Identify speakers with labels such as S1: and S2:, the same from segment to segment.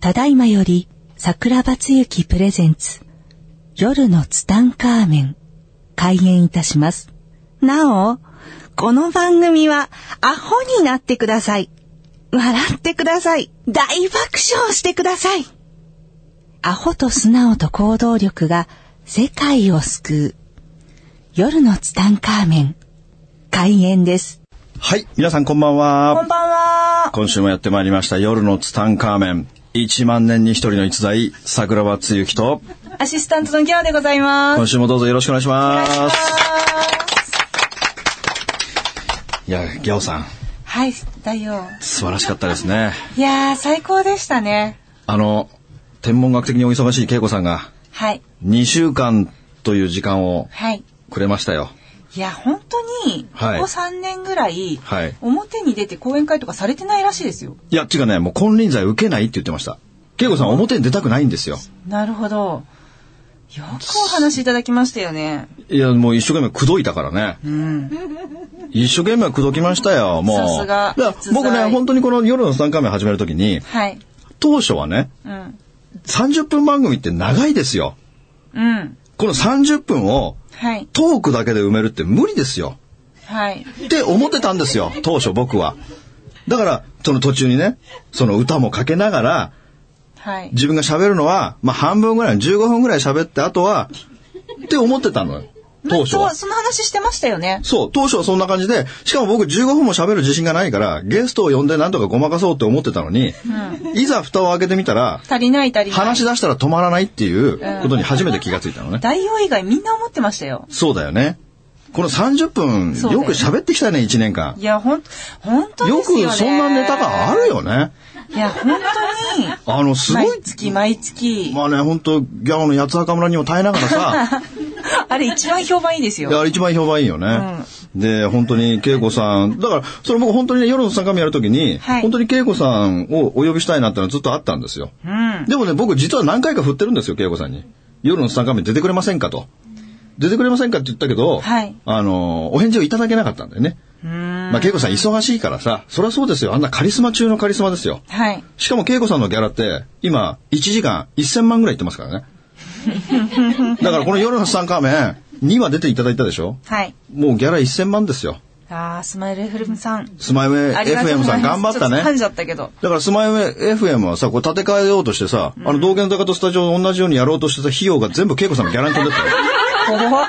S1: ただいまより桜庭つゆきプレゼンツ夜のツタンカーメン開演いたします。なお、この番組はアホになってください。笑ってください。大爆笑してください。アホと素直と行動力が世界を救う。夜のツタンカーメン開演です。
S2: はい、皆さんこんばんは。
S1: こんばんは。
S2: 今週もやってまいりました夜のツタンカーメン。1万年に一人の逸材、桜庭つゆきと、
S1: アシスタントのギャオでございます。
S2: 今週もどうぞよろしくお願いします。いや、ギャオさん、
S1: はい、だよ。
S2: 素晴らしかったですね。
S1: いやー、最高でしたね。
S2: あの、天文学的にお忙しい恵子さんが、
S1: はい、
S2: 2週間という時間を
S1: はい。
S2: くれましたよ。
S1: いや、本当に、ここ
S2: はい
S1: 3年ぐらい、
S2: はい
S1: 表に出て講演会とかされてないらしいですよ。
S2: いや、っていうかね、もう金輪際受けないって言ってました。恵子さん表に出たくないんですよ。
S1: なるほど。よくお話しいただきましたよね。
S2: いや、もう一生懸命口説いたからね。一生懸命口説きましたよ、もう。
S1: さすが
S2: いや
S1: 実在
S2: 僕ね、本当にこの夜の3回目始めるときに、
S1: はい。
S2: 当初はね、
S1: うん。
S2: 30分番組って長いですよ。
S1: うん。
S2: この30分を
S1: はい。
S2: トークだけで埋めるって無理ですよ。
S1: はい。
S2: って思ってたんですよ、当初僕は。だから、その途中にね、その歌もかけながら、
S1: はい。
S2: 自分が喋るのは、まあ、半分ぐらい、15分ぐらい喋って、あとは、って思ってたのよ。当初
S1: そ
S2: は
S1: う、。その話してましたよね。
S2: そう、当初はそんな感じで、しかも僕15分も喋る自信がないから、ゲストを呼んでなんとかごまかそうって思ってたのに、いざ蓋を開けてみたら、
S1: 足りない足りない。
S2: 話し出したら止まらないっていうことに初めて気がついたのね。
S1: 大王以外みんな思ってましたよ。
S2: そうだよね。この30分、
S1: そうだよ
S2: よく喋ってきたね、1年間
S1: い。や、ほん、本当
S2: よ
S1: ですよね。
S2: くそんなネタがあるよね。
S1: いや、本当に、
S2: あの、すごい
S1: 毎。月毎月、
S2: まあね、ほんと、ギャオの八つ墓村にも耐えなが らさ、
S1: あれ一番評判いいです
S2: いや
S1: よ。
S2: あれ一番評判いいよね。で、本当に恵子さん、だから、それ僕本当にね、夜の参加目やるときに、
S1: はい
S2: 本当に恵子さんをお呼びしたいなってのはずっとあったんですよ。
S1: うん。
S2: でもね、僕実は何回か振ってるんですよ、恵子さんに。夜の参加目出てくれませんかと。出てくれませんかって言ったけど、
S1: はい
S2: あの、お返事をいただけなかったんだよね。まあ、恵子さん忙しいからさ、そりゃそうですよ。あんなカリスマ中のカリスマですよ。
S1: はい。
S2: しかも恵子さんのギャラって、今、1時間1000万ぐらいいってますから ね。だからこの夜の参加面、には出ていただいたでしょ
S1: はい。
S2: もうギャラ1000万ですよ。
S1: あー、スマイル FM さん。
S2: スマイル
S1: ありがとう
S2: FM
S1: ござ
S2: さ
S1: い
S2: ん
S1: ます
S2: 頑張った
S1: ちょっと噛ん
S2: ね。
S1: じゃったけど。
S2: だからスマイル FM はさ、これ立て替えようとしてさ、あの道玄坂とスタジオ同じようにやろうとしてた費用が全部恵子さんのギャラに飛んでったよ。
S1: 怖っ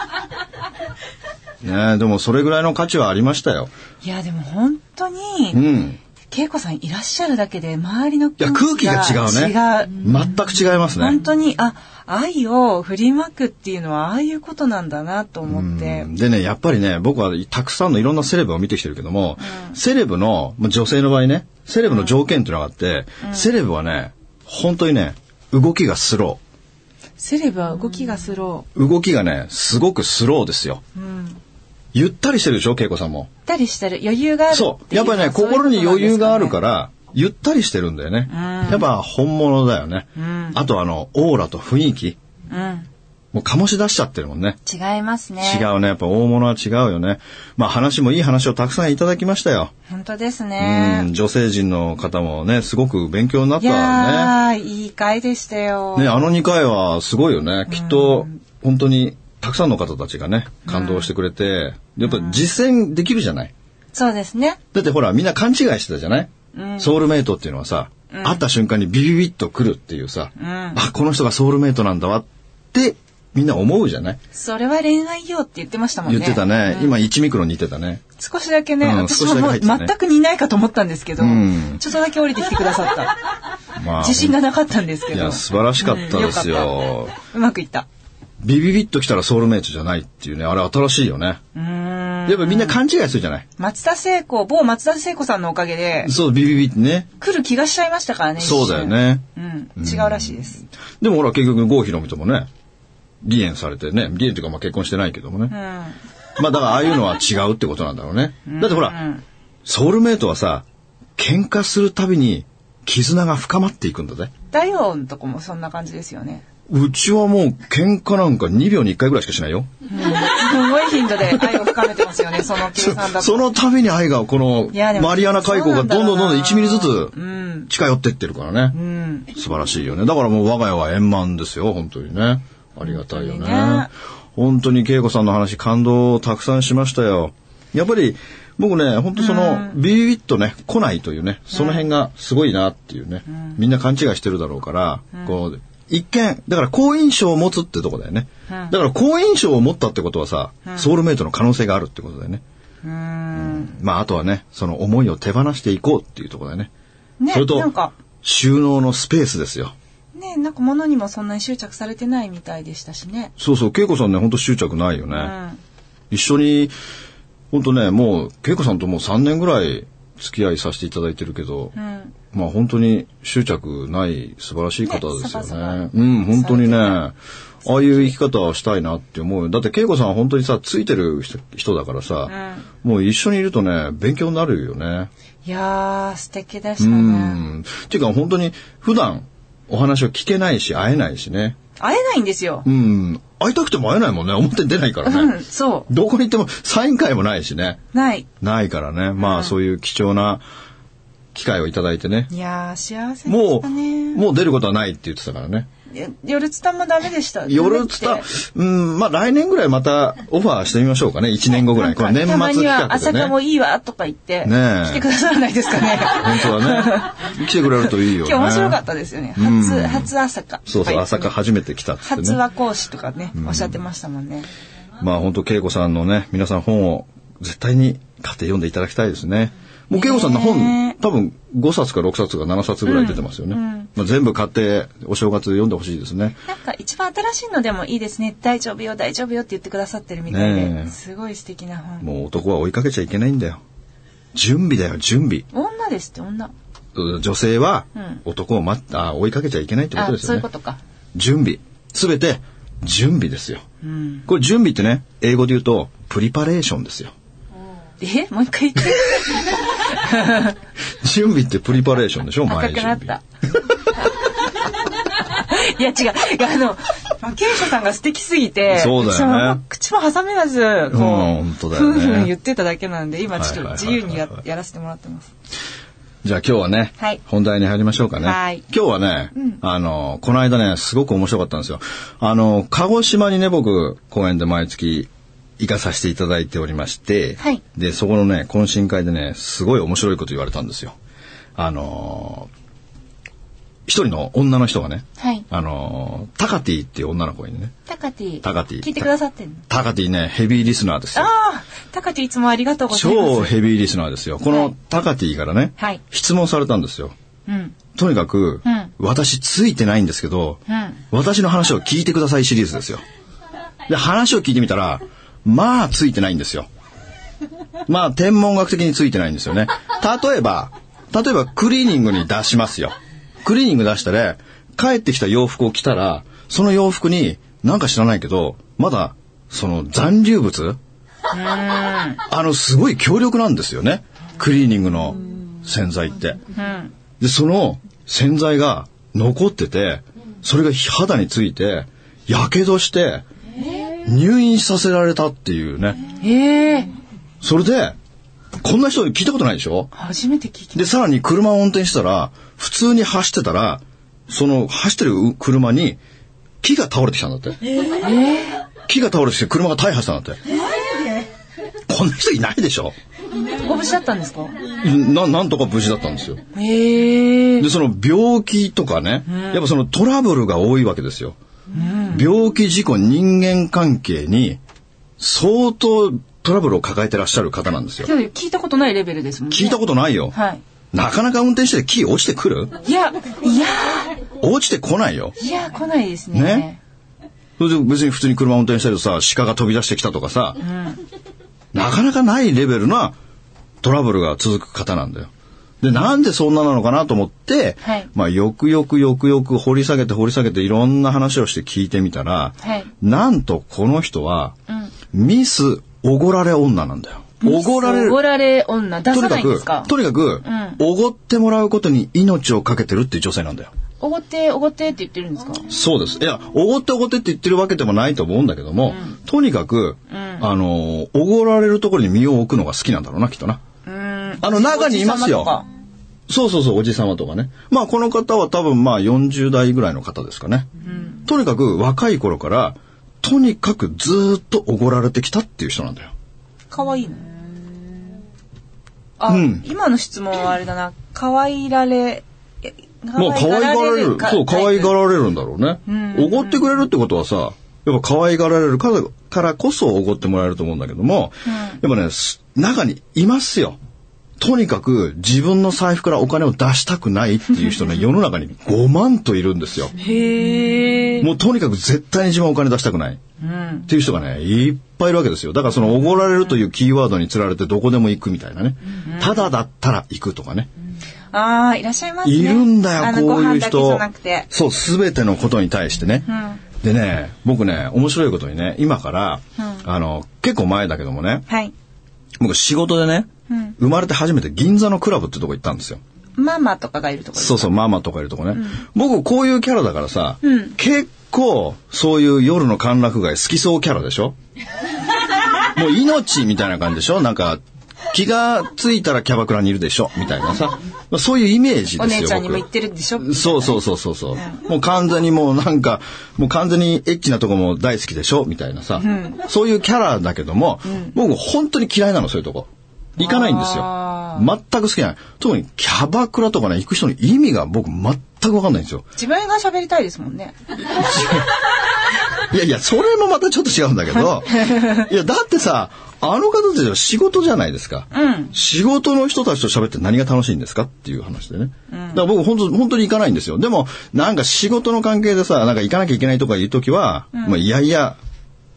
S2: ねえ、でもそれぐらいの価値はありましたよ。
S1: いや、でも本当
S2: う
S1: に、
S2: ん。
S1: 恵子さんいらっしゃるだけで、周りの
S2: いや、空気が違うね。
S1: 違う。
S2: 全く違いますね
S1: 本。当に、あ、愛を振りまくっていうのは、ああいうことなんだなと思って。
S2: でね、やっぱりね、僕はたくさんのいろんなセレブを見てきてるけども、セレブの、まあ女性の場合ね、セレブの条件っていうのがあって、セレブはね、本当にね、動きがスロ
S1: セレブは動きがスロ
S2: ー。動きがね、すごくスローですよ。
S1: ー。うん。ゆっ
S2: ゆったりしてるでしょ、恵子さんも。
S1: たりしてる。余裕があるっていうの
S2: そ
S1: は。。
S2: う。やっぱりね、心に余裕があるからら、ゆったりしてるんだよね。
S1: ん
S2: やっぱ本物だよね。
S1: うん
S2: あとあの、オーラと雰囲気。
S1: うん。
S2: もう醸し出しちゃってるもんね。
S1: 違いますね。
S2: 違うね。やっぱ大物は違うよね。まあ話もいい話をたくさんいただきましたよ。
S1: 本当です
S2: うん、
S1: ね。
S2: 女性陣の方もね、すごく勉強になっ
S1: い
S2: たわね。
S1: やー、いい回でしたよ。
S2: ね、あの2回はすごいよね。きっと、本当に、たくさんの方たちがね、感動してくれて、やっぱ実践できるじゃない。
S1: そうですね。
S2: だってほら、みんな勘違いしてたじゃない、
S1: うん
S2: ソウルメイトっていうのはさ、会った瞬間にビビビッと来るっていうさ、
S1: うん
S2: あ、この人がソウルメイトなんだわって、みんな思うじゃない、
S1: それは恋愛用って言ってましたもんね。
S2: 言ってたね。今1ミクロン似てたね。
S1: 少しだけね、
S2: うん
S1: 私
S2: 少
S1: も
S2: しだけ
S1: もう
S2: 入ってたね
S1: 全く似ないかと思ったんですけど、
S2: うん
S1: ちょっとだけ降りてきてくださった。
S2: まあ、
S1: 自信がなかったんですけ
S2: い
S1: ど
S2: や、、素晴らしかったです
S1: うん
S2: よ。
S1: うまくいった。
S2: ビビビッと来たらソウルメイトじゃないっていうね、あれ新しいよね。
S1: うーん。
S2: やっぱみんな勘違いするじゃない、
S1: 松田聖子、某松田聖子さんのおかげで、
S2: そう、ビビビってね。
S1: 来る気がしちゃいましたからね。
S2: そうだよ
S1: 一
S2: ね。
S1: 瞬。うん。違うらしいです。
S2: でもほら、結局、郷ひろみともね、離縁されてね、離縁というかまあ結婚してないけどもね。
S1: うん。
S2: まあだからああいうのは違うってことなんだろうね。だってほ
S1: う
S2: ら
S1: ん、
S2: ソウルメイトはさ、喧嘩するたびに絆が深まっていくんだぜ。
S1: 大王のとこもそんな感じですよね。
S2: うちはもう喧嘩なんか2秒に1回ぐらいしかしないよ。
S1: うん すごい頻度で愛を深めてますよね、その計算だと。
S2: そのたびに愛が、この
S1: いやで、も
S2: マリアナ海溝がどんどんどんどん1ミリずつ
S1: うん
S2: 近寄ってってるからね。
S3: うん。
S2: 素晴らしいよね。だからもう我が家は円満ですよ、本当にね。ありがたいよ
S3: 本当にね
S2: ね。本当に恵子さんの話、感動をたくさんしましたよ。やっぱり、僕ね、本当その、ビビビッとね、来ないというね、その辺がすごいなっていうね、みんな勘違いしてるだろうから、こう、一見、だから好印象を持つってとこだよね。だから好印象を持ったってことはさ、ソウルメイトの可能性があるってことだよね。
S3: うん。
S2: まあ、あとはね、その思いを手放していこうっていうところだよね。
S3: ね
S2: それと
S3: なんか、
S2: 収納のスペースですよ。
S3: ね、なんか物にもそんなに執着されてないみたいでしたしね。
S2: そうそう、恵子さんね、ほんと執着ないよね。
S3: うん。
S2: 一緒に、ほんとね、もう、恵子さんともう3年ぐらい付き合いさせていただいてるけど、
S3: うん。
S2: まあ本当に執着ない素晴らしい方ですよ
S3: ね
S2: ね。
S3: サバサバ
S2: うん、本当にね、ああいう生き方をしたいなって思うよ。だって恵子さんは本当にさ、ついてる人人だからさ、もう一緒にいるとね、勉強になるよね。
S3: いやー、素敵でし
S2: う
S3: たね。
S2: ん。っていうか本当に普段お話を聞けないし、会えないしね。
S3: 会えないんですよ
S2: う。ん。会いたくても会えないもんね。表に出ないからね。
S3: うん、そ
S2: どこに行ってもサイン会もないしね。
S3: う。ない。
S2: ないからね。まあそういう貴重な機会をいただいてね。
S3: いやー、幸せで
S2: も
S3: し
S2: う、
S3: たね。
S2: もう出ることはないって言ってたからね。
S3: よ夜ツタもダメでした。
S2: 夜つた
S3: ダメって、
S2: うん、まあ来年ぐらいまたオファーしてみましょうかね。1年後ぐらい。これ年末
S3: たま
S2: 企
S3: には
S2: 画
S3: 朝
S2: で
S3: 霞も
S2: ね。
S3: いいわとか言って、
S2: ねえ
S3: 来てくださらないですかね。
S2: 本当はね。来てくれるといいよね。
S3: 今日面白かったですよね。
S2: うん
S3: 初、初朝霞。
S2: そうそう、朝霞初めて来たっつって
S3: 初
S2: ね。
S3: は講師とかね、おっしゃってましたもんね。
S2: まあ本当恵子さんのね、皆さん本を絶対に買って読んでいただきたいですね。もう恵子さんの本
S3: ね、
S2: 多分5冊か6冊か7冊ぐらい出てますよね。まあ全部買ってお正月読んでほしいですね。
S3: なんか一番新しいのでもいいですね。大丈夫よ、大丈夫よって言ってくださってるみたいで、
S2: ねえ
S3: すごい素敵な本。
S2: もう男は追いかけちゃいけないんだよ。準備だよ、準備。
S3: 女ですって女。
S2: うん女性は
S3: うん
S2: 男を待っあ追いかけちゃいけないってこと
S3: あ、
S2: です
S3: そう
S2: よ
S3: いう
S2: ね
S3: こ。とか。
S2: 準備。すべて準備ですよ。
S3: うん。
S2: これ準備ってね、英語で言うと、プリパレーションですよ。
S3: え もう一回言って。
S2: 準備ってプリパレーションでしょ、前
S3: 赤く
S2: 準
S3: な
S2: 備。
S3: った。 いや違う。あの、まあ、ケイショさんが素敵すぎて、
S2: そうだよね
S3: 私も口も挟めらず、こう、
S2: 本当だよね
S3: ふんふん言ってただけなんで、今ちょっと自由に
S2: はいはいはい
S3: や
S2: はい
S3: やらせてもらってます。
S2: じゃあ今日はね、
S3: はい
S2: 本題に入りましょうかね。
S3: はい
S2: 今日はね、あの、この間ね、すごく面白かったんですよ。あの、鹿児島にね、僕、公演で毎月行かさせていただいておりまして、
S3: はい
S2: で、そこのね、懇親会でね、すごい面白いこと言われたんですよ。あの、一人の女の人がね、
S3: はい。
S2: あの、タカティっていう女の子にね、
S3: タカティ。
S2: タカティ
S3: 聞いてくださってんの
S2: タカティね、ヘビーリスナーですよ。
S3: ああ、タカティいつもありがとうございます。
S2: 超ヘビーリスナーですよ。こ
S3: は
S2: の
S3: い
S2: タカティからね、
S3: はい
S2: 質問されたんですよ。
S3: うん。
S2: とにかく、
S3: うん
S2: 私ついてないんですけど、
S3: うん。
S2: 私の話を聞いてくださいシリーズですよ。で、話を聞いてみたら、まあついてないんですよ。まあ天文学的についてないんですよね。例えば、例えばクリーニングに出しますよ。クリーニング出したら、帰ってきた洋服を着たら、その洋服になんか知らないけど、まだ、その残留物あの、すごい強力なんですよね。クリーニングの洗剤って。
S3: うん。
S2: で、その洗剤が残ってて、それが肌について、火傷して、入院させられたっていうね。
S3: ええ
S2: それで、こんな人聞いたことないでしょ
S3: 初めて聞き
S2: で、さらに車を運転してたら、普通に走ってたら、その走ってる車に木が倒れてきたんだって。木が倒れてきて車が大破したんだって。こんな人いないでしょ
S3: た。ご無事だったんですか
S2: な、なんとか無事だったんですよ。
S3: ええ
S2: で、その病気とかね、やっぱそのトラブルが多いわけですよ。病気、事故、人間関係に相当トラブルを抱えてらっしゃる方なんですよ
S3: け。ど聞いたことないレベルですもんね。
S2: 聞いたことないよ。
S3: はい。
S2: なかなか運転しててキー落ちてくる
S3: いや、いや
S2: 落ちてこないよ。
S3: ー、いやー来ないですね。
S2: ねそれで別に普通に車運転してるとさ、鹿が飛び出してきたとかさ、なかなかないレベルなトラブルが続く方なんだよ。で、なんでそんななのかなと思って、
S3: はい
S2: まあ、よくよくよくよく掘り下げて掘り下げていろんな話をして聞いてみたら、
S3: はい
S2: なんとこの人は、
S3: ん
S2: ミスおごられ女なんだよ。おごられ
S3: お
S2: る
S3: ご。られ女出
S2: と
S3: さ
S2: に
S3: な
S2: か
S3: いんで
S2: く
S3: すか、
S2: とにかく
S3: ん、
S2: おごってもらうことに命をかけてるっていう女性なんだよ。
S3: おごって、おごってって言ってるんですか
S2: そうです。いや、おごっておごってって言ってるわけでもないと思うんだけども、とにかく、あのー、おごられるところに身を置くのが好きなんだろうな、きっとな。
S3: うん。
S2: あの、中にいます
S3: おじさま
S2: よ。そうそうそう、おじさまとかね。まあこの方は多分まあ40代ぐらいの方ですかね。とにかく若い頃から、とにかくずーっとおごられてきたっていう人なんだよ。
S3: 可愛いのあ、
S2: うん
S3: 今の質問はあれだな。可愛られ、え
S2: まあ可愛がられる。そう、可愛が
S3: れ
S2: られるんだろうね。おごってくれるってことはさ、やっぱ可愛がられるからからこそおごってもらえると思うんだけども、やっぱね、す中にいますよ。とにかく自分の財布からお金を出したくないっていう 人ね、世の中に5万といるんですよ。
S3: へえ。
S2: もうとにかく絶対に自分はお金出したくない。
S3: うん。
S2: っていう人がね、いっぱいいるわけですよ。だからその、おごられるというキーワードにつられてどこでも行くみたいなね。ただだったら行くとかね。
S3: ああ、いらっしゃいますね。
S2: いるんだ
S3: あ
S2: よ、
S3: の
S2: こういう
S3: ご飯
S2: 人
S3: だけじゃなくて。。
S2: そう、すべてのことに対してね。でね、僕ね、面白いことにね、今から、あの、結構前だけどもね、
S3: はい。
S2: 僕仕事でね、
S3: うん
S2: 生まれて初めて銀座のクラブってとこ行ったんですよ。
S3: ママとかがいるところ
S2: そうそう、ママとかいるとこね。僕、こういうキャラだからさ、
S3: うん
S2: 結構、そういう夜の歓楽街好きそうキャラでし ょもう命みたいな感じでしょなんか、気がついたらキャバクラにいるでしょみたいな さ。まあそういうイメージですよ。
S3: お姉ちゃんにも
S2: 僕
S3: 言ってるでしょ
S2: そうそうそうそうそう。もう完全にもうなんか、もう完全にエッチなとこも大好きでしょみたいなさ、そういうキャラだけども、僕本当に嫌いなの、そういうとこ。行かないんですよ。
S3: あ
S2: 全く好きじゃない。特にキャバクラとかね、行く人の意味が僕全くわかんないんですよ。
S3: 自分が喋りたいですもんね。
S2: いやいや、それもまたちょっと違うんだけど、いや、だってさ、あの方たちは仕事じゃないですか。
S3: うん。
S2: 仕事の人たちと喋って何が楽しいんですかっていう話でね。だから僕本当本当に行かないんですよ。でも、なんか仕事の関係でさ、なんか行かなきゃいけないとかいう時は、まあいやいや、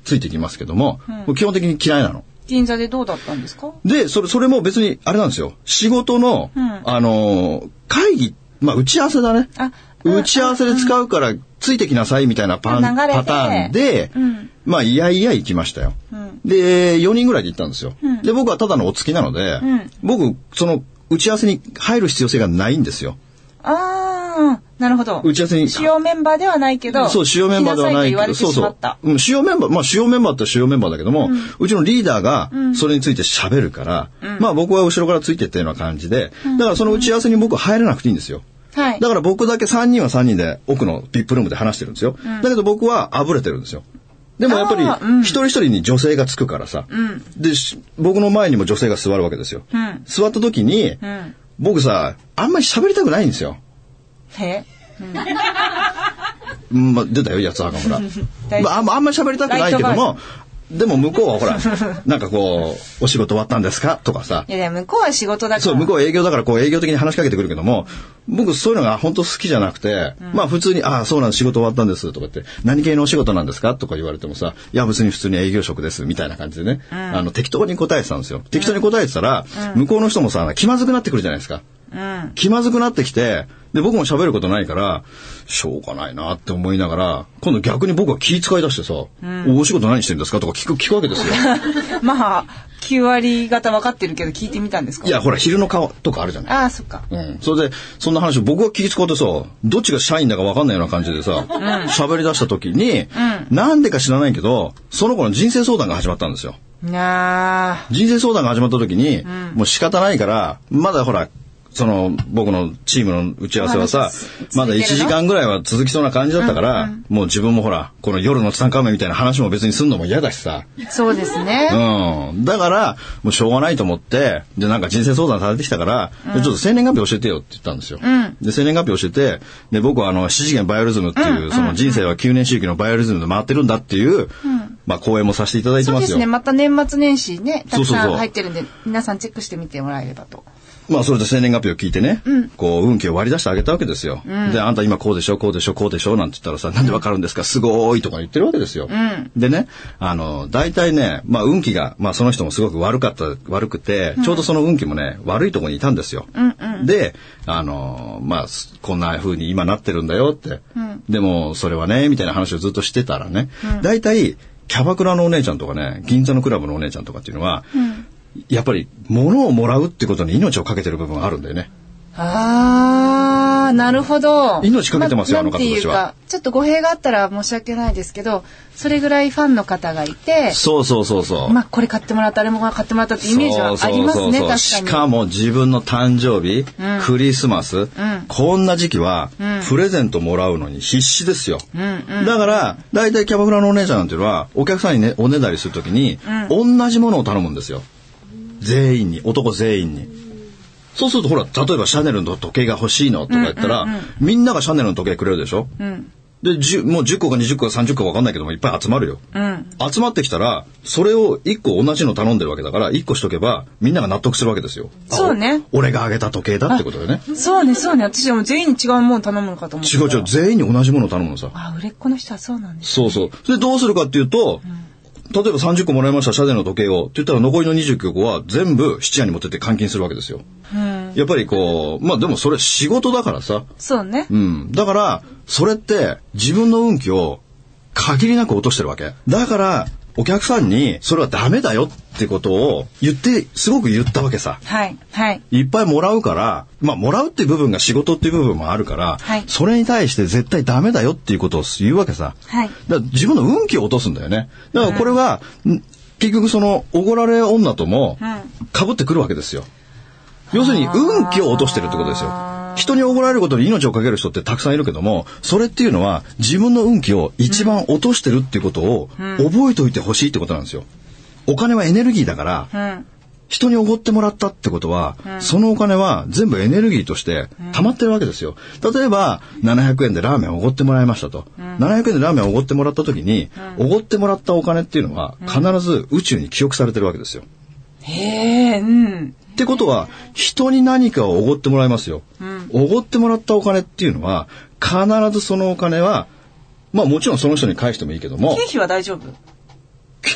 S2: ついてきますけども、もう基本的に嫌いなの。
S3: 銀座でどうだったんですか
S2: で、それ、それも別に、あれなんですよ。仕事の、
S3: ん
S2: あのー、会議、まあ打ち合わせだね。
S3: あ、
S2: 打ち合わせで使うから、ついてきなさいみたいなパン
S3: 流れて
S2: パターンで、
S3: うん
S2: まあ、いやいや行きましたよ。
S3: うん
S2: で、4人ぐらいで行ったんですよ。で、僕はただのお付きなので、
S3: ん
S2: 僕、その、打ち合わせに入る必要性がないんですよ。
S3: ああ、なるほど。
S2: 打ち合わせに
S3: 主要メンバーではないけど、
S2: そう、主要メンバーではない
S3: 来
S2: けど、そ
S3: さと言われ
S2: う
S3: てし
S2: そ
S3: まっ
S2: う
S3: た。。
S2: うん、主要メンバー、まあ主要メンバーって主要メンバーだけども、うちのリーダーが、それについて喋るから、まあ僕は後ろからついてったような感じで、だからその打ち合わせに僕は入らなくていいんですよ。
S3: はい
S2: だ。から僕だけ3人は3人で奥の VIP ルームで話してるんですよ。だけど僕はあぶれてるんですよ。でもやっぱり
S3: あーうん
S2: 一人一人に女性がつくからさ、
S3: ん
S2: で、し僕の前にも女性が座るわけですよ。
S3: うん。
S2: 座った時に、
S3: うん。
S2: 僕さ、あんまり喋りたくないんですよ。
S3: へ
S2: うんまあ、出たよ、八つ墓 村。
S3: 大丈
S2: まあ、あんまあんまり喋りたくないけど
S3: ライト
S2: も、でも向こうはほ ら、なんかこう、お仕事終わったんですかとかさ
S3: い、やいや、向こうは仕事だから。
S2: そう、向こう営業だからこう営業的に話しかけてくるけども、僕そういうのが本当好きじゃなくて、まあ普通に、ああ、そうなんです仕事終わったんですとか言って、何系のお仕事なんですかとか言われてもさ、いや別に普通に営業職ですみたいな感じでね、あの適当に答えてたんですよ。適当に答えてたら、向こうの人もさ、気まずくなってくるじゃないですか。
S3: うん。
S2: 気まずくなってきて、で、僕も喋ることないから、しょうがないなって思いながら、今度逆に僕は気遣い出してさ、お仕事何してるんですかとか聞く、聞くわけです よ。
S3: まあ、9割方分かってるけど聞いてみたんですか
S2: いや、ほら、昼の顔とかあるじゃない。
S3: ああ、そっか。
S2: うん。それで、そんな話を僕が気遣ってさ、どっちが社員だか分かんないような感じでさ、喋、り出した時に、なんでか知らないけど、その子の人生相談が始まったんですよ。
S3: なあ。
S2: 人生相談が始まった時に、もう仕方ないから、まだほら、その、僕のチームの打ち合わせはさ
S3: まだ続いて、るの
S2: まだ1時間ぐらいは続きそうな感じだったから、もう自分もほら、この夜のツタンカーメンみたいな話も別にすんのも嫌だしさ、
S3: そうですね。
S2: うん。だから、もうしょうがないと思って、で、なんか人生相談されてきたから、でちょっと生年月日教えてよって言ったんですよ。で、生年月日教えて、で、僕はあの、七次元バイオリズムっていう、その人生は9年周期のバイオリズムで回ってるんだっていう、まあ、講演もさせていただいて
S3: そう
S2: ま
S3: ですす
S2: よ。
S3: ね。また年末年始ね、たく
S2: そうそ
S3: さ
S2: うそ
S3: ん
S2: う
S3: 入ってるんで、皆さんチェックしてみてもらえればと。
S2: まあ、それで生年月日を聞いてね、こう、運気を割り出してあげたわけですよ。で、あんた今こうでしょ、こうでしょ、こうでしょ、なんて言ったらさ、なんでわかるんですか、すごーいとか言ってるわけですよ。でね、あの、大体ね、まあ、運気が、まあ、その人もすごく悪かった、悪くて、ちょうどその運気もね、悪いところにいたんですよ。で、あの、まあ、すこんな風に今なってるんだよって。でも、それはね、みたいな話をずっとしてたらね、大体、キャバクラのお姉ちゃんとかね、銀座のクラブのお姉ちゃんとかっていうのは、やっぱり物をもらうってことに命をかけてる部分があるんだよね。
S3: ああ、あーなるほど
S2: 命かけてますよあの方たちは
S3: なんていうかちょっと語弊があったら申し訳ないですけどそれぐらいファンの方がいて
S2: そうそうそうそう。
S3: まあこれ買ってもらったあれも買ってもらったってイメージはありますね確かに
S2: しかも自分の誕生日、
S3: うん
S2: クリスマス、こんな時期は、
S3: うん
S2: プレゼントもらうのに必死ですよ。
S3: うんうん
S2: だから、大体キャバクラのお姉ちゃんなんていうのは、お客さんにね、おねだりするときに、同じものを頼むんですよ。全員に、男全員に。そうするとほら、例えばシャネルの時計が欲しいのとか言ったら、みんながシャネルの時計くれるでしょ
S3: うん
S2: で、じゅもう10個か20個か30個か分かんないけども、いっぱい集まるよ。
S3: うん
S2: 集まってきたら、それを1個同じの頼んでるわけだから、1個しとけば、みんなが納得するわけですよ。あ
S3: そうね。
S2: お俺があげた時計だってことだよね。
S3: そうねそうね私はもう全員に違うもの頼むのかと思って
S2: 違う違う、全員に同じものを頼むのさ。
S3: あ売れっ子の人はそうなんです
S2: そうそう。それでどうするかっていうと、例えば30個もらいました、シャネルの時計を。って言ったら残りの29個は全部質屋に持ってって換金するわけですよ。
S3: うん
S2: やっぱりこう、まあでもそれ仕事だからさ。
S3: そうね
S2: うん。だから、それって自分の運気を限りなく落としてるわけ。だから、お客さんにそれはダメだよってことを言って、すごく言ったわけさ。
S3: はいはい
S2: いっぱいもらうから、まあもらうっていう部分が仕事っていう部分もあるから、
S3: はい
S2: それに対して絶対ダメだよっていうことを言うわけさ。
S3: はい
S2: だから自分の運気を落とすんだよね。だからこれは、ん結局その、おごられ女とも
S3: う、
S2: 被ってくるわけですよ。要するに、運気を落としてるってことですよ。人におごられることに命をかける人ってたくさんいるけども、それっていうのは、自分の運気を一番落としてるっていうことを、覚えておいてほしいってことなんですよ。お金はエネルギーだから、
S3: うん
S2: 人におごってもらったってことは、そのお金は全部エネルギーとして溜まってるわけですよ。例えば、700円でラーメンおごってもらいましたと。700円でラーメンおごってもらった時に、おごってもらったお金っていうのは、必ず宇宙に記憶されてるわけですよ。
S3: へえうん
S2: ってことは、人に何かをおごってもらいますよ。おごってもらったお金っていうのは、必ずそのお金は、まあもちろんその人に返してもいいけども
S3: 経、費は大丈夫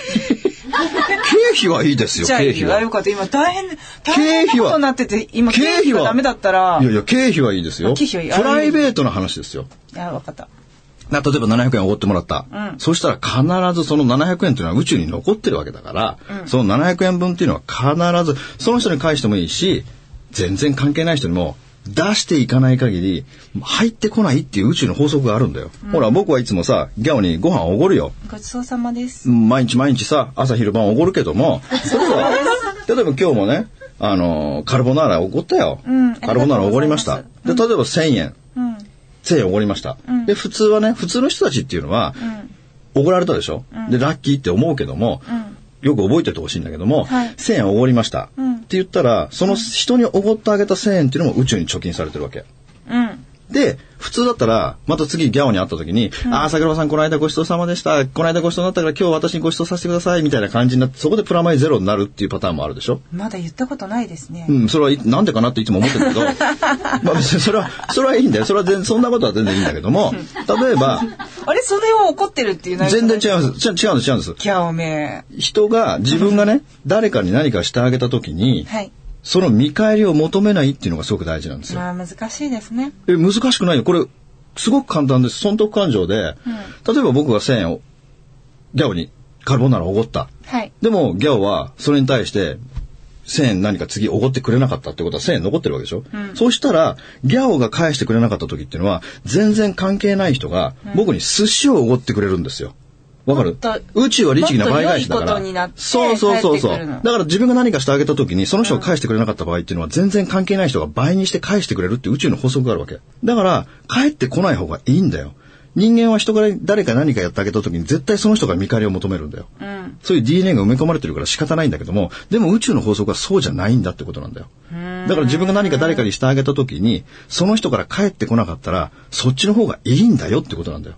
S2: 経費はいいですよ、
S3: じゃあ
S2: 経
S3: いい
S2: 費
S3: よ
S2: は。
S3: よかった今大変大変なことになってて今経費がダメだったら
S2: いやいや、経費はいいですよ。
S3: あ経費はいい
S2: プライベートの話ですよ。
S3: いや、わかった。
S2: な例えば700円おごってもらった、
S3: うん
S2: そしたら必ずその700円というのは宇宙に残ってるわけだから、その700円分っていうのは必ずその人に返してもいいし全然関係ない人にも出していかない限り入ってこないっていう宇宙の法則があるんだよ、ほら僕はいつもさギャオにご飯おごるよ
S3: ごちそうさまです。
S2: 毎日毎日さ朝昼晩おごるけども例え ば例えば今日もねあのカルボナーラおごったよ、
S3: うん
S2: カルボナーラおごりました
S3: あ
S2: で
S3: り
S2: 例えば1000円
S3: うん。
S2: 1000円おごりました、で普通はね普通の人たちっていうのは、おごられたでしょ、でラッキーって思うけども、よく覚えておいてほしいんだけども、
S3: はい
S2: 1000円おごりました、
S3: ん
S2: って言ったらその人におごってあげた1000円っていうのも宇宙に貯金されてるわけ
S3: うん。
S2: で普通だったらまた次ギャオに会った時に「ああ桜庭さんこの間ごちそうさまでしたこの間ごちそうになったから今日私にごちそうさせてください」みたいな感じになってそこでプラマイゼロになるっていうパターンもあるでしょ
S3: まだ言ったことないですね。
S2: うん、それはいなんでかなっていつも思ってるけど、まあ別にそれは、それはいいんだよ。それは全そんなことは全然いいんだけども、例えば、
S3: あれ、それは怒ってるっていう内容
S2: 全然違うんです。ち違うんです、違うんです。
S3: ギャオめ。
S2: 人が、自分がね、誰かに何かしてあげたときに、
S3: はい。
S2: その見返りを求めないっていうのがすごく大事なんですよ。
S3: まあ、難しいですね。
S2: え、難しくないよ。これ、すごく簡単です。損得感情で、例えば僕が1000円を、ギャオにカルボナーラをおごった。
S3: はい。
S2: でも、ギャオは、それに対して、1000円何か次おごってくれなかったってことは1000円残ってるわけでしょ、そうしたら、ギャオが返してくれなかった時っていうのは、全然関係ない人が、僕に寿司をおごってくれるんですよ。わかる
S3: もっと
S2: 宇宙は律儀な倍返しだか
S3: もっと良い
S2: ら
S3: ことになっ。て
S2: そうそうそうそう。
S3: 返ってくる
S2: だ
S3: の
S2: から自分が何かしてあげた時に、その人が返してくれなかった場合っていうのは、全然関係ない人が倍にして返してくれるって宇宙の法則があるわけ。だから、返ってこない方がいいんだよ。人間は人から誰か何かやってあげた時に、絶対その人が見返りを求めるんだよ。
S3: うん。
S2: そういう DNA が埋め込まれてるから仕方ないんだけども、でも宇宙の法則はそうじゃないんだってことなんだよ。だから自分が何か誰かにしてあげた時に、その人から帰ってこなかったら、そっちの方がいいんだよってことなんだよ。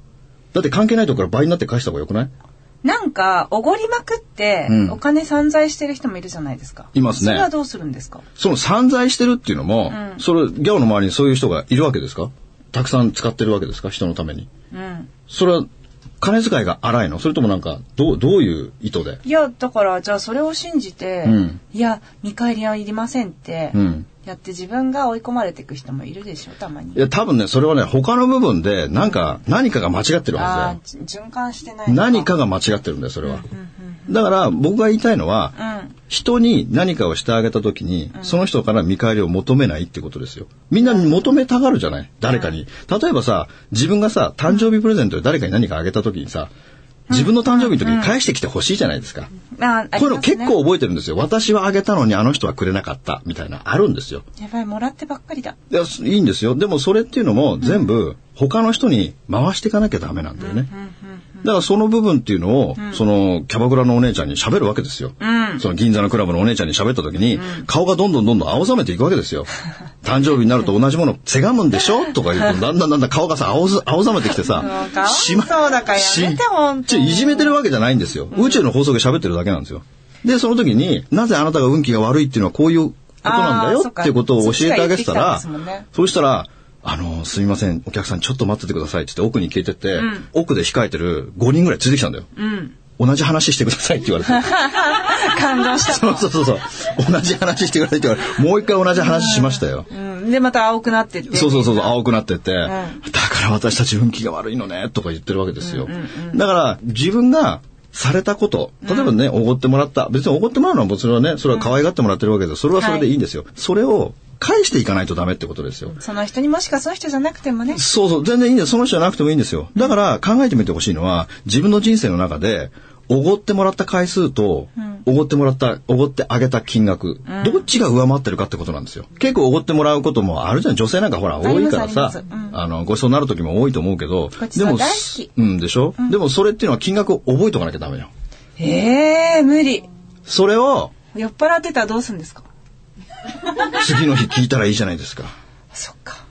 S2: だって関係ないとこから倍になって返した方がよくない
S3: なんか、おごりまくって
S2: うん、
S3: お金散財してる人もいるじゃないですか。
S2: いますね
S3: それはどうするんですか
S2: その散財してるっていうのも、
S3: うん
S2: それ、ギャオの周りにそういう人がいるわけですかたくさん使ってるわけですか人のために。
S3: うん。
S2: それは、金遣いが荒いのそれともなんか、どう、どういう意図で
S3: いや、だから、じゃあそれを信じて
S2: うん、
S3: いや、見返りはいりませんって
S2: うん、
S3: やって自分が追い込まれていく人もいるでしょ、たまに
S2: い。や、多分ね、それはね、他の部分で、なんか、何かが間違ってるはずだよ
S3: ああ。ー、じ循環してないの。
S2: 何かが間違ってるんだよそれは、だから僕が言いたいのは、人に何かをしてあげた時に、その人から見返りを求めないってことですよ。みんな求めたがるじゃない誰かに。例えばさ、自分がさ、誕生日プレゼントで誰かに何かあげた時にさ、自分の誕生日の時に返してきてほしいじゃないですか。
S3: まあ、あります
S2: こ
S3: ね
S2: ういうの結構覚えてるんですよ。私はあげたのにあの人はくれなかった、みたいな、あるんですよ。
S3: やばい、もらってばっかりだ。
S2: いや、すいいんですよ。でもそれっていうのも全部他の人に回していかなきゃダメなんだよね。だからその部分っていうのを、そのキャバクラのお姉ちゃんに喋るわけですよ。その銀座のクラブのお姉ちゃんに喋った時に、顔がどんどんどんどん青ざめていくわけ ですよ。誕生日になると同じものせがむんでしょとか言うと、だんだんだんだん顔がさ、青ざ青ざめてきてさ
S3: もう、かわい
S2: しま
S3: そうだからやめて
S2: し
S3: ほんと
S2: ちょいじめてるわけじゃないんですよ。宇宙の法則で喋ってるだけなんですよ。で、その時に、なぜあなたが運気が悪いっていうのはこういうことなんだ
S3: あー
S2: よ
S3: そっ
S2: っ
S3: か
S2: ていうことを教えてあげてたら、
S3: そっちが言ってきたんですもんね
S2: そうしたら、あの、すみません、お客さんちょっと待っててくださいって言って奥に消えてって、奥で控えてる5人ぐらい連れてきたんだよ。同じ話してくださいって言われて。
S3: 感動 した。
S2: そうそうそうそう。同じ話してくださいって言われて、もう一回同じ話しましたよ。
S3: うん。で、また青くなってって。
S2: そうそうそうそう、青くなってって、だ
S3: ん
S2: から私たち運気が悪いのね、とか言ってるわけですよ。だから、自分が、されたこと。例えばね、おごってもらった。別におごってもらうのはもちろんね、それは可愛がってもらってるわけで、それはそれでいいんですよ。それを返していかないとダメってことですよ。
S3: その人にもしかその人じゃなくてもね。
S2: そうそう、全然いいんです。その人じゃなくてもいいんですよ。だから考えてみてほしいのは、自分の人生の中で、おごってもらった回数と、おごってもらった、おごってあげた金額、どっちが上回ってるかってことなんですよ。結構おごってもらうこともあるじゃん。女性なんかほら、
S3: ります
S2: 多いから
S3: あ
S2: さ
S3: り、ますうん
S2: あの、ごちそうになる時も多いと思うけど
S3: ご、ち
S2: で
S3: そう
S2: も
S3: 大好き、
S2: うんでしょ、でもそれっていうのは金額を覚えておかなきゃダメよ。
S3: ええ無理。
S2: それを、
S3: 酔っ払ってたらどうするんですか
S2: 次の日聞いたらいいじゃないですか。
S3: そっか。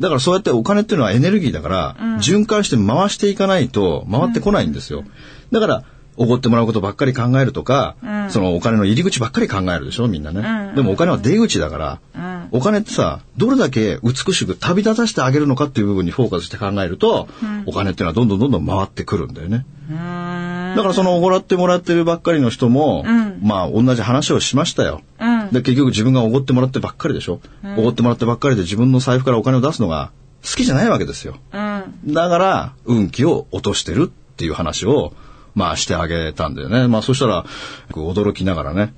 S2: だからそうやってお金っていうのはエネルギーだから、循環して回していかないと回ってこないんですよ。だから、おごってもらうことばっかり考えるとか、そのお金の入り口ばっかり考えるでしょ、みんなね。でもお金は出口だから、お金ってさ、どれだけ美しく旅立たせてあげるのかっていう部分にフォーカスして考えると、お金っていうのはどんどんどんどん回ってくるんだよね。だからそのおごらってもらってるばっかりの人も、まあ同じ話をしましたよ。で結局自分がおごってもらってばっかりでしょ。おごってもらってばっかりで自分の財布からお金を出すのが好きじゃないわけですよ。
S3: うん。
S2: だから運気を落としてるっていう話を、まあしてあげたんだよね。まあそしたら、驚きながらね、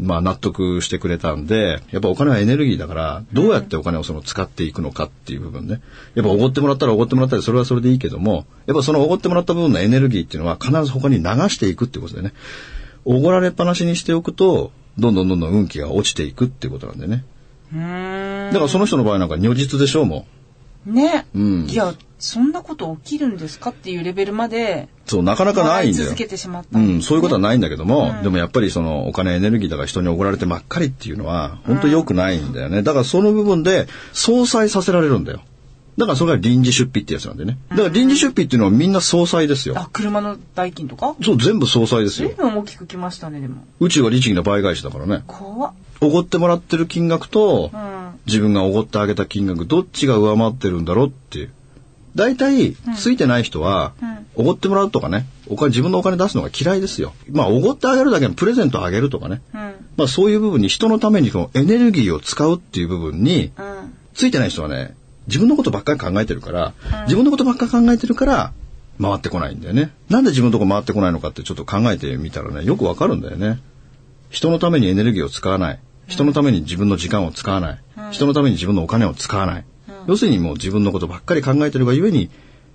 S2: まあ納得してくれたんで、やっぱお金はエネルギーだから、どうやってお金をその使っていくのかっていう部分ね。やっぱおごってもらったらおごってもらったり、それはそれでいいけども、やっぱそのおごってもらった部分のエネルギーっていうのは必ず他に流していくっていうことでね。おごられっぱなしにしておくと、どんどんどんどん運気が落ちていくっていうことなんでね。
S3: うーん。
S2: だからその人の場合なんか如実でしょうもん。
S3: ね、
S2: うん
S3: いや、そんなこと起きるんですかっていうレベルまで、
S2: そう、なかなかないんだよ。
S3: 続けてしまった
S2: うん
S3: ですね
S2: ん、そういうことはないんだけども、でもやっぱりそのお金エネルギーだから人に怒られてばっかりっていうのは、本当良くないんだよね。だからその部分で、相殺させられるんだよ。だからそれが臨時出費ってやつなんでね。だから臨時出費っていうのはみんな相殺ですよ。
S3: あ、車の代金とか
S2: そう、全部相殺です
S3: 随
S2: よ。
S3: 分大きくきましたね、でも。
S2: 宇宙は律儀な倍返しだからね。
S3: 怖っ。
S2: おごってもらってる金額と、
S3: うん。
S2: 自分がおごってあげた金額どっちが上回ってるんだろうっていう大体ついてない人はおご、ってもらうとかねお金自分のお金出すのが嫌いですよまあおごってあげるだけのプレゼントあげるとかね、
S3: うん。
S2: まあそういう部分に人のためにこのエネルギーを使うっていう部分に
S3: うん。
S2: ついてない人はね自分のことばっかり考えてるから、自分のことばっかり考えてるから回ってこないんだよねなんで自分のとこ回ってこないのかってちょっと考えてみたらねよくわかるんだよね人のためにエネルギーを使わない人のために自分の時間を使わない、人のために自分のお金を使わない、要するにもう自分のことばっかり考えてるがゆえに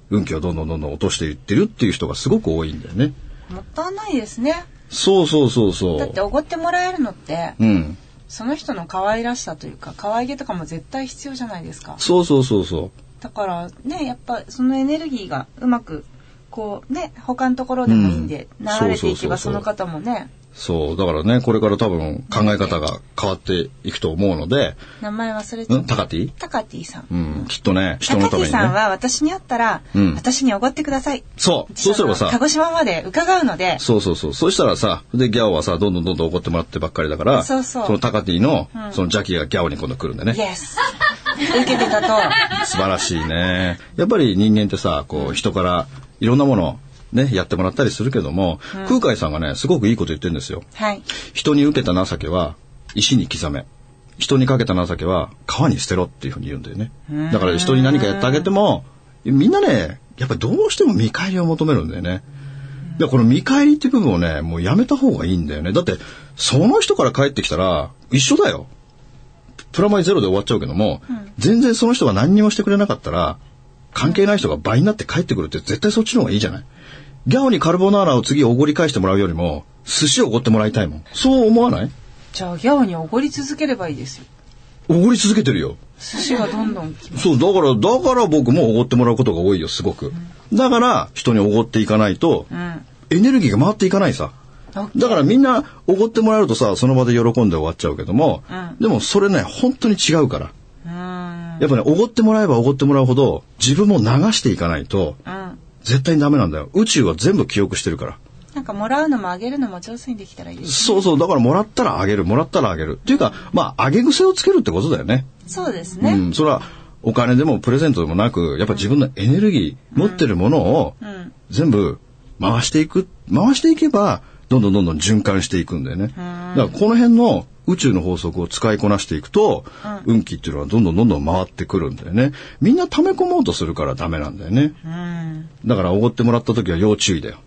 S2: 運気をどんどんどんどん落としていってるっていう人がすごく多いんだよね
S3: もったいないですね。
S2: そうそうそうそう
S3: だって、おごってもらえるのって、
S2: うん
S3: その人の可愛らしさというか、可愛げとかも絶対必要じゃないですか。
S2: そうそうそうそう
S3: だから、ね、やっぱ、そのエネルギーがうまく、こう、ね、他のところでもいいんで、
S2: うん
S3: 流れていけば、
S2: そ
S3: そ
S2: そ
S3: うの
S2: うそう
S3: 方もね、
S2: そう、だからね、これから多分考え方が変わっていくと思うので、
S3: 名前忘れちゃ
S2: ん
S3: った。
S2: タカティ
S3: タカティさん。
S2: うん、きっとね、人の
S3: 高
S2: ため
S3: 木
S2: に
S3: さん
S2: ね。
S3: は私に会ったら、
S2: うん
S3: 私におごってください。
S2: そう、そうすれば
S3: あの鹿
S2: さ、
S3: 児島まで伺うので、
S2: そうそうそう、そうしたらさ、で、ギャオはさ、どんどんどんどん怒ってもらってばっかりだから、
S3: そうそう
S2: のタカティの、そのジャキがギャオに今度来るんでね。
S3: イエス。受けてたと、
S2: 素晴らしいね。やっぱり人間ってさ、こう、人からいろんなもの、ね、やってもらったりするけども、空海さんがね、すごくいいこと言ってるんですよ。
S3: はい。
S2: 人に受けた情けは石に刻め人にかけた情けは川に捨てろっていうふうに言うんだよねだから人に何かやってあげてもみんなねやっぱりどうしても見返りを求めるんだよねで、この見返りって部分をね、もうやめた方がいいんだよね。だって、その人から帰ってきたら、一緒だよ。プラマイゼロで終わっちゃうけども、全然その人が何にもしてくれなかったら、関係ない人が倍になって帰ってくるって絶対そっちの方がいいじゃない。ギャオにカルボナーラを次おごり返してもらうよりも、寿司をおごってもらいたいもん。そう思わない
S3: じゃあギャオにおごり続ければいいですよ
S2: おごり続けてるよ。
S3: 寿司がどんどん来ます
S2: そう、だから、だから僕もおごってもらうことが多いよ、すごく。だから、人におごっていかないと
S3: う、ん
S2: エネルギーが回っていかないさ。だからみんなおごってもらうとさ、その場で喜んで終わっちゃうけども、
S3: うん
S2: でもそれね、本当に違うから。
S3: うん
S2: やっぱね、おごってもらえばおごってもらうほど、自分も流していかないと、
S3: うん
S2: 絶対にダメなんだよ。宇宙は全部記憶してるから。
S3: なんかもらうのもあげるのも上手にできたらいいです
S2: そうそう、だからもらったらあげる、もらったらあげる。っていうか、まあ、あげ癖をつけるってことだよね。
S3: そうです
S2: う
S3: ね
S2: ん、それはお金でもプレゼントでもなく、やっぱ自分のエネルギー、持ってるものを
S3: うん
S2: 全部回していく、回していけば、どんどんどんどん循環していくんだよね。だからこの辺の宇宙の法則を使いこなしていくと、運気っていうのはどんどんどんどん回ってくるんだよね。みんな溜め込もうとするからダメなんだよね。
S3: うん
S2: だからおごってもらった時は要注意だよ。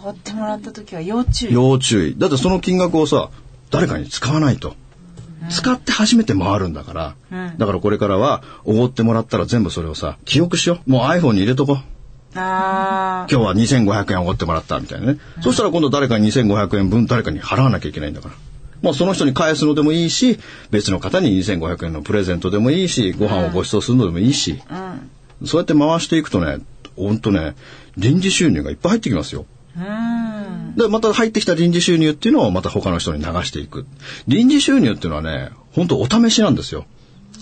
S3: おごってもらった時は要注意
S2: 要注意。だってその金額をさ、誰かに使わないと。使って初めて回るんだから。
S3: うん
S2: だからこれからは、おごってもらったら全部それをさ、記憶しよう。もう iPhone に入れとこう。
S3: あー
S2: 今日は2500円おごってもらったみたいなね。そしたら今度誰かに2500円分誰かに払わなきゃいけないんだから。まあその人に返すのでもいいし、別の方に2500円のプレゼントでもいいし、ご飯をご馳走するのでもいいし、
S3: うん
S2: そうやって回していくとね、ほんとね、臨時収入がいっぱい入ってきますよ。
S3: うん
S2: で、また入ってきた臨時収入っていうのをまた他の人に流していく。臨時収入っていうのはね、本当お試しなんですよ。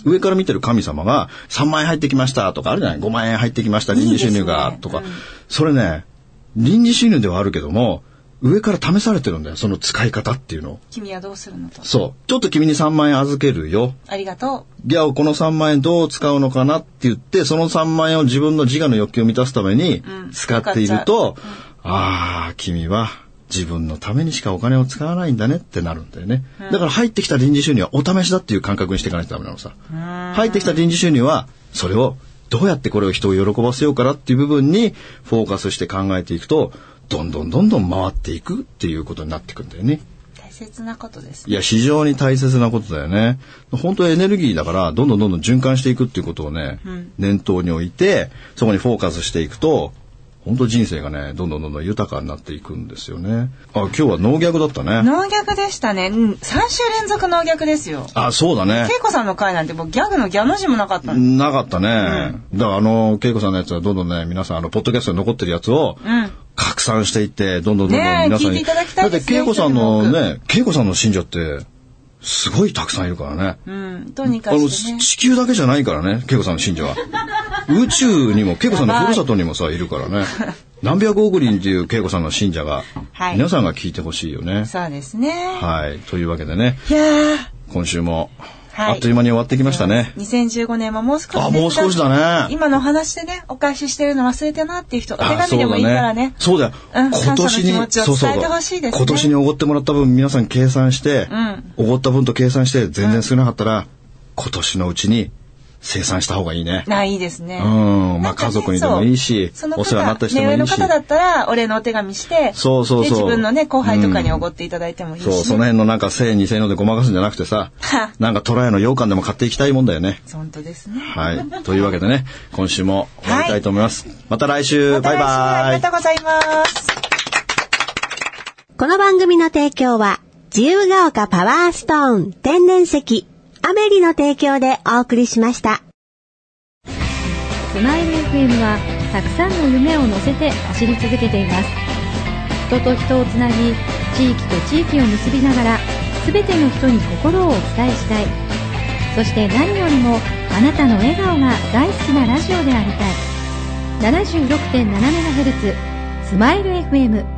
S2: 上から見てる神様が3万円入ってきましたとかあるじゃない ?5 万円入ってきました、臨時収入
S3: いい
S2: が
S3: ですね
S2: とか。それね、臨時収入ではあるけども、上から試されてるんだよ、その使い方っていうのを。
S3: 君はどうするのと
S2: そう。ちょっと君に3万円預けるよ。
S3: ありがと
S2: ギャオこの3万円どう使うのかなって言って、その3万円を自分の自我の欲求を満たすために
S3: うん
S2: 使っていると、ああ、君は自分のためにしかお金を使わないんだねってなるんだよね。だから入ってきた臨時収入はお試しだっていう感覚にしていかないとダメなのさ。
S3: ううん
S2: 入ってきた臨時収入は、それをどうやってこれを人を喜ばせようかなっていう部分にフォーカスして考えていくと、どんどんどんどん回っていくっていうことになってくんだよね。
S3: 大切なことです
S2: いや、非常に大切なことだよね。本当エネルギーだから、どんどんどんどん循環していくっていうことをね、
S3: ん
S2: 念頭に置いて、そこにフォーカスしていくと、本当人生がね、どんどんどんどん豊かになっていくんですよね。あ、今日は農逆だった ね。
S3: 農逆でしたねうん3週連続農逆ですよ
S2: あ、そうだね。
S3: 恵子さんの回なんてもうギャグのギャの字もなかったの
S2: なかったね。だからあの、恵子さんのやつはどんどんね、皆さん、あの、ポッドキャストに残ってるやつを、
S3: うん
S2: 拡散していって、どんどんどんどん
S3: ねえ
S2: 皆さん
S3: 聞いて
S2: に。
S3: いただきたい
S2: だ
S3: で
S2: っ
S3: す
S2: て
S3: ね
S2: 恵子さん
S3: と
S2: の
S3: にか
S2: ね、恵子さんの信者って、すごいたくさんいるからね。
S3: うんどうに
S2: あ
S3: か
S2: の、
S3: してね
S2: 地球だけじゃないからね、恵子さんの信者 は。宇宙にも、恵子さんのふるさとにもさ、いるからね。何百億人っていう恵子さんの信者が、
S3: はい
S2: 皆さんが聞いてほしいよね。
S3: そうですね
S2: はい。というわけでね、
S3: いやー
S2: 今週も、
S3: はい
S2: あっという間に終わってきましたね。
S3: 2015年ももう少しですが
S2: あ、もう少しだね。
S3: 今のお話でねお返ししてるの忘れてなっていう人お手紙でもいいからね
S2: そうだねそうだよ。
S3: うん
S2: 今年に、
S3: 感謝の気持ちを
S2: そうそう
S3: 伝えてほしいですね
S2: 今年におごってもらった分、皆さん計算して
S3: うん、
S2: おごった分と計算して、全然少なかったら、今年のうちに生産した方がいいね。
S3: ないいですね
S2: うんまあ
S3: なんかね
S2: 家族にでもいいし
S3: そうその
S2: お世話になった人
S3: 方
S2: もいいし
S3: 目上の方だったらお礼のお手紙して
S2: そうそうそう
S3: で自分のね後輩とかにおごっていただいてもいいし
S2: そう、その辺のなんか1000円2000円のでごまかすんじゃなくてさ
S3: は、
S2: なんかトラヤの羊羹でも買っていきたいもんだよ ね。
S3: 本当ですね
S2: はい。というわけでね、今週も終わりたいと思います。また来週、
S3: また
S2: バイ
S3: 来週
S2: バ
S3: あ
S2: イ
S3: り。がとうございます
S4: この番組の提供は、自由が丘パワーストーン天然石、アメリの提供でお送りしました。
S5: スマイル FM はたくさんの夢を乗せて走り続けています人と人をつなぎ地域と地域を結びながら全ての人に心をお伝えしたいそして何よりもあなたの笑顔が大好きなラジオでありたい 76.7MHz スマイル FM